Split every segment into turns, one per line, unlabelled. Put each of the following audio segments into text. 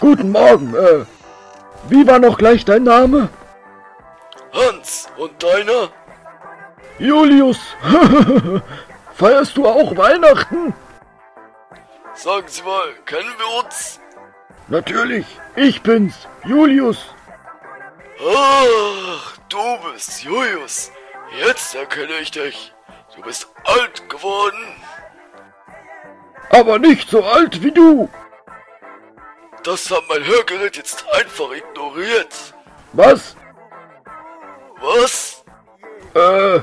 Guten Morgen. Äh, wie war noch gleich dein Name?
Hans, und deiner?
Julius. Feierst du auch Weihnachten?
Sagen Sie mal, kennen wir uns?
Natürlich. Ich bin's, Julius.
Ach, du bist Julius. Jetzt erkenne ich dich. Du bist alt geworden.
Aber nicht so alt wie du.
Das hat mein Hörgerät jetzt einfach ignoriert.
Was?
Was?
Äh.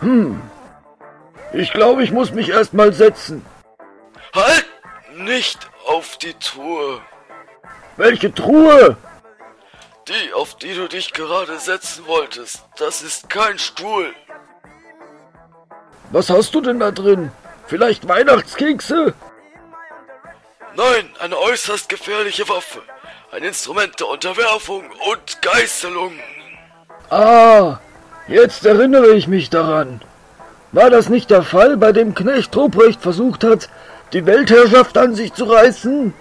Hm. Ich glaube, ich muss mich erstmal setzen.
Halt nicht auf die Truhe.
Welche Truhe?
Die, auf die du dich gerade setzen wolltest, das ist kein Stuhl.
Was hast du denn da drin? Vielleicht Weihnachtskekse?
Nein, eine äußerst gefährliche Waffe. Ein Instrument der Unterwerfung und Geißelung.
Ah, jetzt erinnere ich mich daran. War das nicht der Fall, bei dem Knecht Ruprecht versucht hat, die Weltherrschaft an sich zu reißen?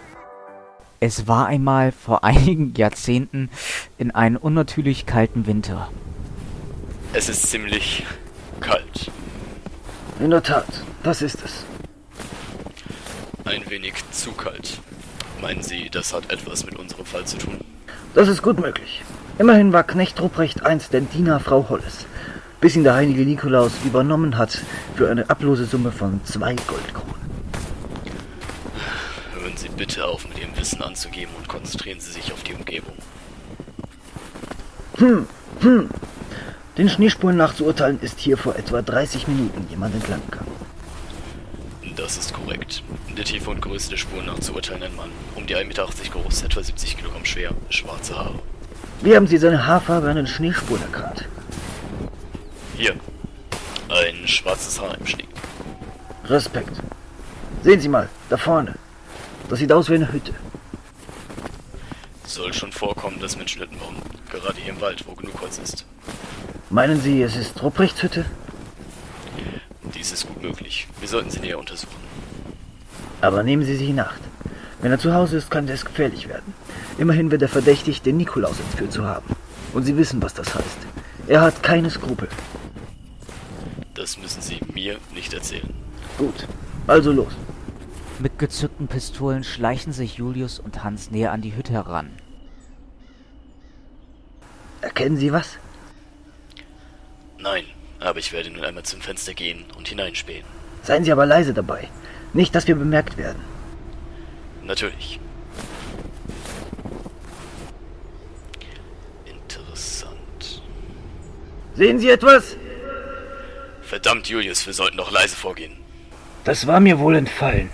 Es war einmal vor einigen Jahrzehnten in einem unnatürlich kalten Winter.
Es ist ziemlich kalt.
In der Tat, das ist es.
Ein wenig zu kalt. Meinen Sie, das hat etwas mit unserem Fall zu tun?
Das ist gut möglich. Immerhin war Knecht Ruprecht einst der Diener Frau Holles, bis ihn der heilige Nikolaus übernommen hat für eine Ablosesumme von zwei Goldkronen.
Hören Sie bitte auf, mit Ihrem Wissen anzugeben und konzentrieren Sie sich auf die Umgebung.
Den Schneespuren nach zu urteilen, ist hier vor etwa 30 Minuten jemand entlang gegangen.
Das ist korrekt. Der Tiefe und Größe der Spuren nach zu urteilen ein Mann. Um die 1,80 Meter groß, etwa 70 Kilogramm schwer, schwarze Haare.
Wie haben Sie seine Haarfarbe an den Schneespuren erkannt?
Hier. Ein schwarzes Haar im Schnee.
Respekt. Sehen Sie mal, da vorne. Das sieht aus wie eine Hütte.
Soll schon vorkommen, dass Menschen Hütten bauen. Gerade hier im Wald, wo genug Holz ist.
Meinen Sie, es ist Ruprechts Hütte?
Dies ist gut möglich. Wir sollten sie näher untersuchen.
Aber nehmen Sie sich in Acht. Wenn er zu Hause ist, kann es gefährlich werden. Immerhin wird er verdächtigt, den Nikolaus entführt zu haben. Und Sie wissen, was das heißt. Er hat keine Skrupel.
Das müssen Sie mir nicht erzählen.
Gut, also los.
Mit gezückten Pistolen schleichen sich Julius und Hans näher an die Hütte heran.
Erkennen Sie was?
Nein, aber ich werde nun einmal zum Fenster gehen und hineinspähen.
Seien Sie aber leise dabei. Nicht, dass wir bemerkt werden.
Natürlich. Interessant.
Sehen Sie etwas?
Verdammt, Julius, wir sollten doch leise vorgehen.
Das war mir wohl entfallen.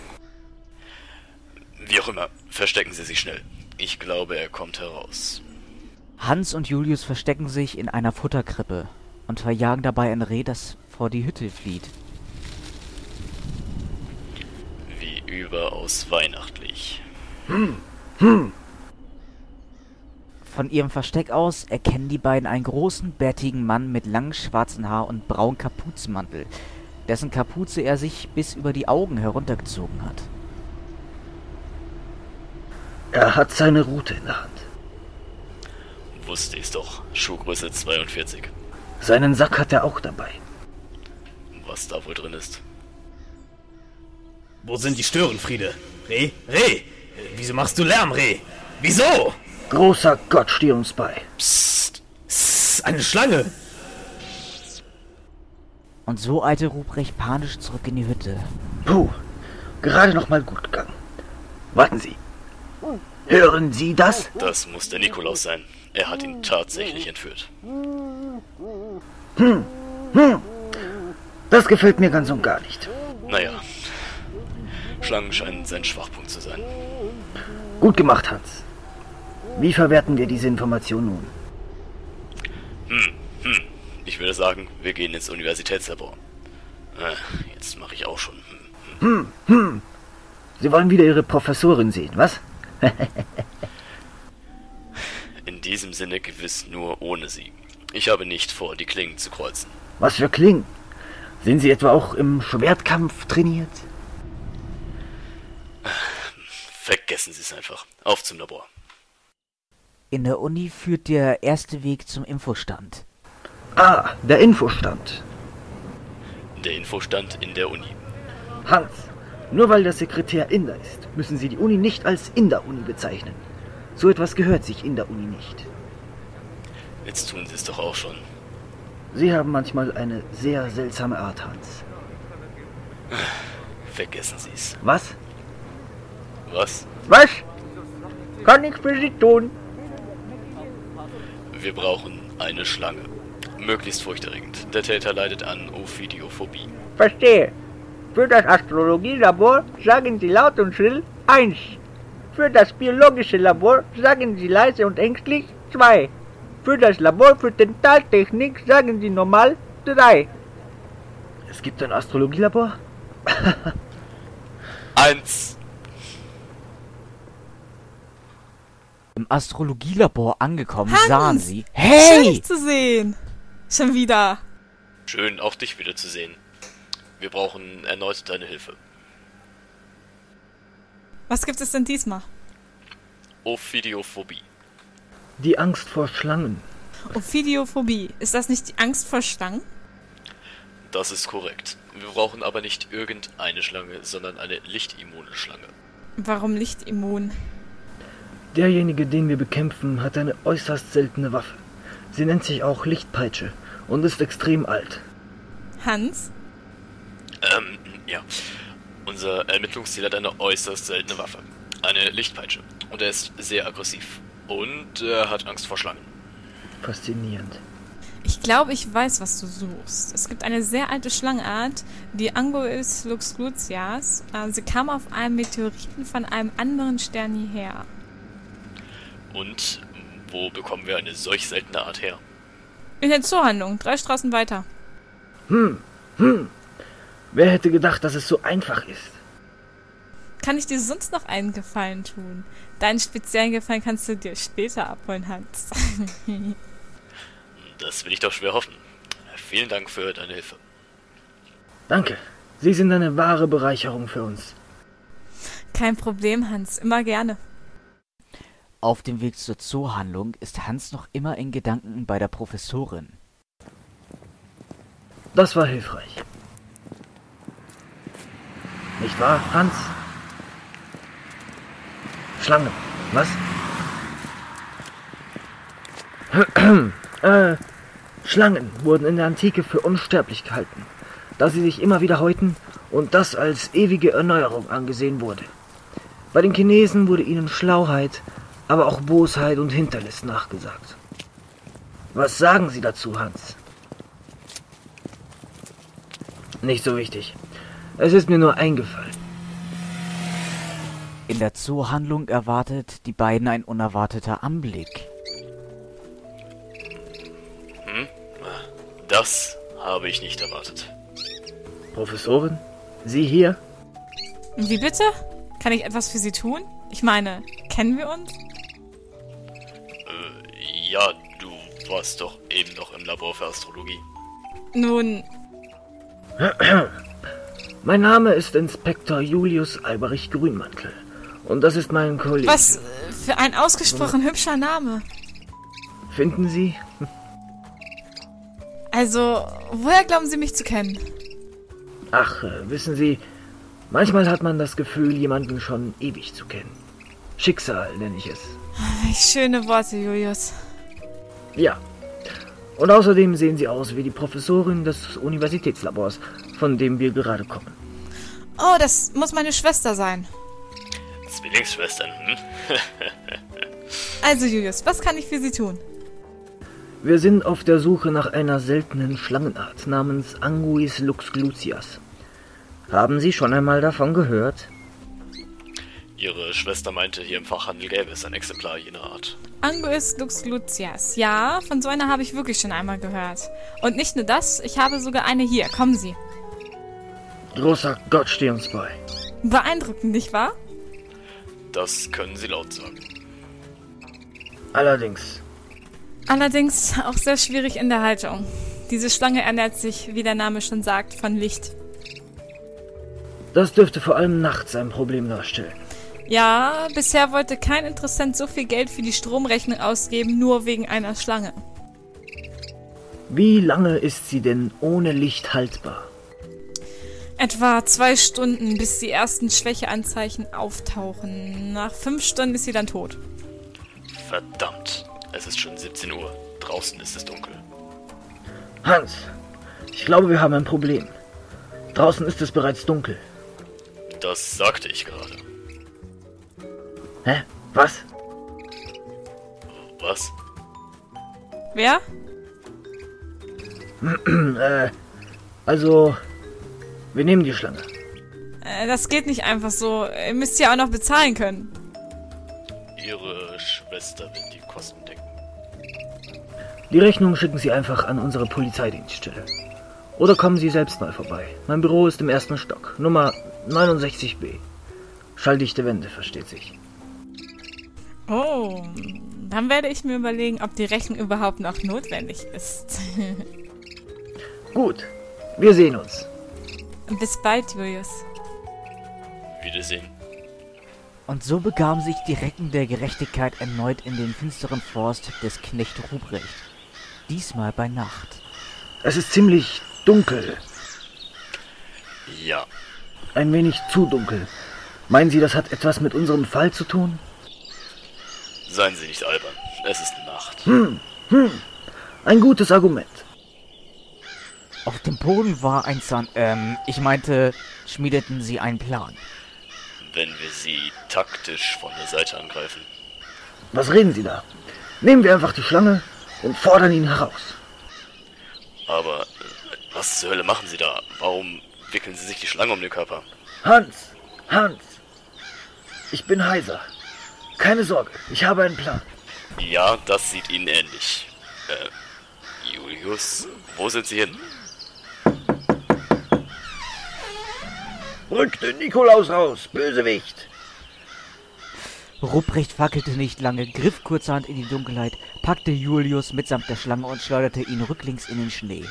Wie auch immer, verstecken Sie sich schnell. Ich glaube, er kommt heraus.
Hans und Julius verstecken sich in einer Futterkrippe und verjagen dabei ein Reh, das vor die Hütte flieht.
Wie überaus weihnachtlich.
Von ihrem Versteck aus erkennen die beiden einen großen, bärtigen Mann mit langem schwarzen Haar und braunem Kapuzenmantel, dessen Kapuze er sich bis über die Augen heruntergezogen hat.
Er hat seine Rute in der Hand.
Wusste ich's doch. Schuhgröße 42.
Seinen Sack hat er auch dabei.
Was da wohl drin ist?
Wo sind die Störenfriede? Reh? Reh! Äh, Wieso machst du Lärm, Reh? Wieso?
Großer Gott, steh uns bei.
Psst! Psst! Eine Schlange!
Und so eilte Ruprecht panisch zurück in die Hütte.
Puh, gerade noch mal gut gegangen. Warten Sie. Hören Sie das?
Das muss der Nikolaus sein. Er hat ihn tatsächlich entführt.
Das gefällt mir ganz und gar nicht.
Naja. Schlangen scheinen sein Schwachpunkt zu sein.
Gut gemacht, Hans. Wie verwerten wir diese Information nun?
Hm, Ich würde sagen, wir gehen ins Universitätslabor. Ah, jetzt mache ich auch schon. Hm.
Sie wollen wieder Ihre Professorin sehen, was?
In diesem Sinne gewiss nur ohne sie. Ich habe nicht vor, die Klingen zu kreuzen.
Was für Klingen? Sind Sie etwa auch im Schwertkampf trainiert?
Vergessen Sie es einfach. Auf zum Labor.
In der Uni führt der erste Weg zum Infostand.
Ah, der Infostand.
Der Infostand in der Uni.
Hans, nur weil der Sekretär Inder ist, müssen Sie die Uni nicht als Inder-Uni bezeichnen. So etwas gehört sich in der Uni nicht.
Jetzt tun Sie es doch auch schon.
Sie haben manchmal eine sehr seltsame Art, Hans.
Vergessen Sie es.
Was?
Was?
Was? Kann ich für Sie tun?
Wir brauchen eine Schlange. Möglichst furchterregend. Der Täter leidet an Ophidiophobie.
Verstehe. Für das Astrologielabor sagen Sie laut und schrill 1. Für das biologische Labor sagen Sie leise und ängstlich 2. Für das Labor für Dentaltechnik sagen Sie normal 3. Es gibt ein Astrologielabor?
Eins.
Im Astrologielabor angekommen
Hans!
sahen sie.
Schön,
Hey!
dich zu sehen. Schon wieder.
Schön, auch dich wiederzusehen. Wir brauchen erneut deine Hilfe.
Was gibt es denn diesmal?
Ophidiophobie.
Die Angst vor Schlangen.
Ophidiophobie. Ist das nicht die Angst vor Schlangen?
Das ist korrekt. Wir brauchen aber nicht irgendeine Schlange, sondern eine lichtimmune Schlange.
Warum Lichtimmun?
Derjenige, den wir bekämpfen, hat eine äußerst seltene Waffe. Sie nennt sich auch Lichtpeitsche und ist extrem alt.
Hans?
Ähm, ja. Unser Ermittlungsziel hat eine äußerst seltene Waffe. Eine Lichtpeitsche. Und er ist sehr aggressiv. Und er hat Angst vor Schlangen.
Faszinierend.
Ich glaube, ich weiß, was du suchst. Es gibt eine sehr alte Schlangenart, die Angois luxgutias. Äh, Sie kam auf einem Meteoriten von einem anderen Stern hierher.
Und wo bekommen wir eine solch seltene Art her?
In der Zoohandlung, drei Straßen weiter.
Wer hätte gedacht, dass es so einfach ist?
Kann ich dir sonst noch einen Gefallen tun? Deinen speziellen Gefallen kannst du dir später abholen, Hans.
Das will ich doch schwer hoffen. Vielen Dank für deine Hilfe.
Danke. Sie sind eine wahre Bereicherung für uns.
Kein Problem, Hans. Immer gerne.
Auf dem Weg zur Zoohandlung ist Hans noch immer in Gedanken bei der Professorin.
Das war hilfreich. Nicht wahr, Hans? Schlange. Was? äh, Schlangen wurden in der Antike für unsterblich gehalten, da sie sich immer wieder häuten und das als ewige Erneuerung angesehen wurde. Bei den Chinesen wurde ihnen Schlauheit, aber auch Bosheit und Hinterlist nachgesagt. Was sagen Sie dazu, Hans? Nicht so wichtig. Es ist mir nur eingefallen.
In der Zoohandlung erwartet die beiden ein unerwarteter Anblick.
Das habe ich nicht erwartet.
Professorin? Sie hier?
Wie bitte? Kann ich etwas für Sie tun? Ich meine, kennen wir uns?
Äh, Ja, du warst doch eben noch im Labor für Astrologie.
Nun,
Mein Name ist Inspektor Julius Alberich Grünmantel. Und das ist mein Kollege.
was äh, für ein ausgesprochen hübscher Name.
Finden Sie?
Also, woher glauben Sie mich zu kennen?
Ach, äh, wissen Sie, manchmal hat man das Gefühl, jemanden schon ewig zu kennen. Schicksal nenne ich es.
Schöne Worte, Julius.
Ja. Und außerdem sehen Sie aus wie die Professorin des Universitätslabors, von dem wir gerade kommen.
Oh, das muss meine Schwester sein.
Zwillingsschwestern, hm?
Also, Julius, was kann ich für Sie tun?
Wir sind auf der Suche nach einer seltenen Schlangenart namens Anguis luxglucias. Haben Sie schon einmal davon gehört?
Ihre Schwester meinte, hier im Fachhandel gäbe es ein Exemplar jener Art.
Angus Lux Lucias. Ja, von so einer habe ich wirklich schon einmal gehört. Und nicht nur das, ich habe sogar eine hier. Kommen Sie.
Großer Gott, steh uns bei.
Beeindruckend, nicht wahr?
Das können Sie laut sagen.
Allerdings,
Allerdings auch sehr schwierig in der Haltung. Diese Schlange ernährt sich, wie der Name schon sagt, von Licht.
das dürfte vor allem nachts ein Problem darstellen.
Ja, bisher wollte kein Interessent so viel Geld für die Stromrechnung ausgeben, nur wegen einer Schlange.
Wie lange ist sie denn ohne Licht haltbar?
Etwa zwei Stunden, bis die ersten Schwächeanzeichen auftauchen. Nach fünf Stunden ist sie dann tot.
Verdammt, es ist schon 17 Uhr. Draußen ist es dunkel.
Hans, ich glaube, wir haben ein Problem. Draußen ist es bereits dunkel.
Das sagte ich gerade.
Hä? Was?
Was?
Wer?
Also, wir nehmen die Schlange.
Äh, das geht nicht einfach so. Ihr müsst ja auch noch bezahlen können.
Ihre Schwester wird die Kosten decken.
Die Rechnung schicken Sie einfach an unsere Polizeidienststelle. Oder kommen Sie selbst mal vorbei. Mein Büro ist im ersten Stock, Nummer 69b. Schalldichte Wände, versteht sich.
Oh, dann werde ich mir überlegen, ob die Rechnung überhaupt noch notwendig ist.
Gut, wir sehen uns.
Bis bald, Julius.
Wiedersehen.
Und so begaben sich die Recken der Gerechtigkeit erneut in den finsteren Forst des Knecht Ruprecht. Diesmal bei Nacht.
Es ist ziemlich dunkel.
Ja,
Ein wenig zu dunkel. Meinen Sie, das hat etwas mit unserem Fall zu tun?
seien Sie nicht albern. Es ist Nacht.
Ein gutes Argument.
Auf dem Boden war ein Zahn. Ähm, ich meinte, schmiedeten sie einen Plan.
Wenn wir sie taktisch von der Seite angreifen.
Was reden Sie da? Nehmen wir einfach die Schlange und fordern ihn heraus.
Aber äh, was zur Hölle machen Sie da? Warum wickeln Sie sich die Schlange um den Körper?
Hans, Hans, ich bin heiser. Keine Sorge, ich habe einen Plan.
Ja, das sieht Ihnen ähnlich. Äh, Julius, wo sind Sie hin?
Rück den Nikolaus raus, Bösewicht.
Ruprecht fackelte nicht lange, griff kurzerhand in die Dunkelheit, packte Julius mitsamt der Schlange und schleuderte ihn rücklings in den Schnee.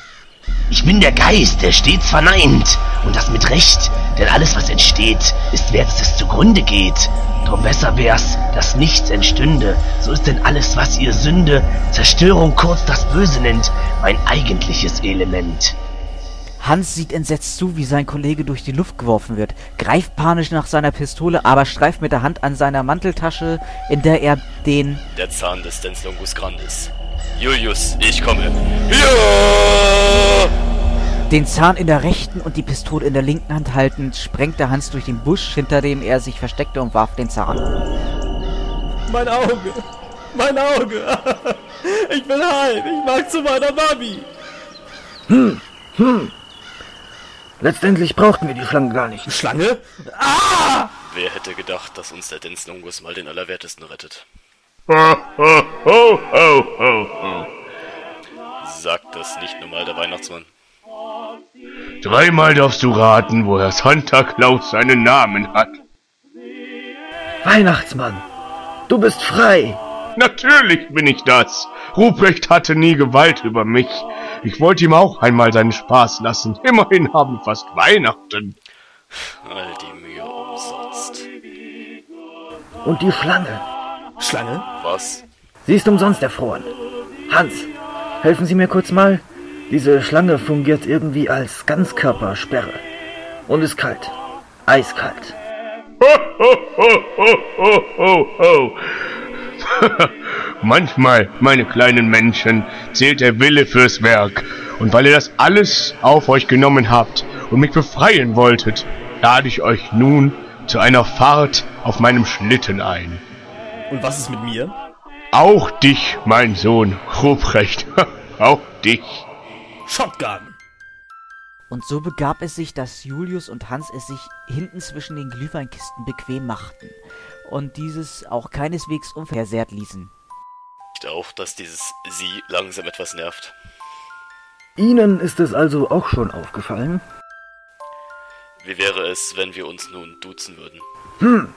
Ich bin der Geist, der stets verneint. Und das mit Recht, denn alles, was entsteht, ist wert, dass es zugrunde geht. Drum besser wär's, dass nichts entstünde. So ist denn alles, was ihr Sünde, Zerstörung kurz das Böse nennt, mein eigentliches Element.
Hans sieht entsetzt zu, wie sein Kollege durch die Luft geworfen wird, greift panisch nach seiner Pistole, aber streift mit der Hand an seiner Manteltasche, in der er den
Der Zahn des Denslongus Grandis. Julius, ich komme. Ja!
Den Zahn in der rechten und die Pistole in der linken Hand haltend, sprengte Hans durch den Busch, hinter dem er sich versteckte und warf den Zahn.
Mein Auge. Mein Auge. Ich bin heim. Ich mag zu meiner Mami.
Letztendlich brauchten wir die Schlange gar nicht.
Schlange?
Wer hätte gedacht, dass uns der Denslongus mal den Allerwertesten rettet? Sagt das nicht nur mal der Weihnachtsmann.
Dreimal darfst du raten, woher Santa Claus seinen Namen hat.
Weihnachtsmann, du bist frei.
Natürlich bin ich das. Ruprecht hatte nie Gewalt über mich. Ich wollte ihm auch einmal seinen Spaß lassen. Immerhin haben wir fast Weihnachten.
All die Mühe umsonst.
Und die Schlange.
Schlange?
Was?
Sie ist umsonst erfroren. Hans, helfen Sie mir kurz mal? Diese Schlange fungiert irgendwie als Ganzkörpersperre. Und ist kalt. Eiskalt.
Ho, ho, ho, ho, ho, ho, ho. Manchmal, meine kleinen Menschen, zählt der Wille fürs Werk. Und weil ihr das alles auf euch genommen habt und mich befreien wolltet, lade ich euch nun zu einer Fahrt auf meinem Schlitten ein.
Und was ist mit mir?
Auch dich, mein Sohn, Ruprecht. Auch dich.
Shotgun.
Und so begab es sich, dass Julius und Hans es sich hinten zwischen den Glühweinkisten bequem machten und dieses auch keineswegs unversehrt ließen.
Ich auch, dass dieses Sie langsam etwas nervt.
Ihnen ist es also auch schon aufgefallen?
Wie wäre es, wenn wir uns nun duzen würden?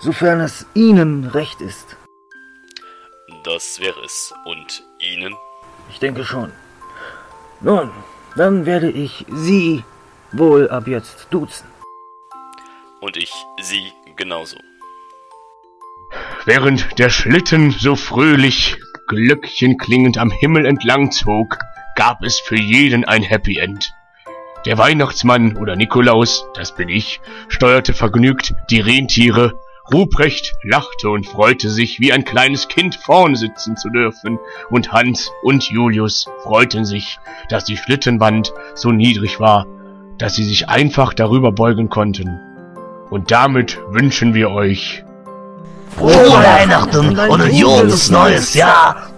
Sofern es Ihnen recht ist.
Das wäre es. Und Ihnen?
Ich denke schon. Nun, dann werde ich Sie wohl ab jetzt duzen.
Und ich sie genauso.
Während der Schlitten so fröhlich, glöckchen klingend am Himmel entlang zog, gab es für jeden ein Happy End. Der Weihnachtsmann oder Nikolaus, das bin ich, steuerte vergnügt die Rentiere, Ruprecht lachte und freute sich, wie ein kleines Kind vorn sitzen zu dürfen, und Hans und Julius freuten sich, dass die Schlittenwand so niedrig war, dass sie sich einfach darüber beugen konnten. Und damit wünschen wir euch
Frohe Weihnachten und ein jubelndes neues Jahr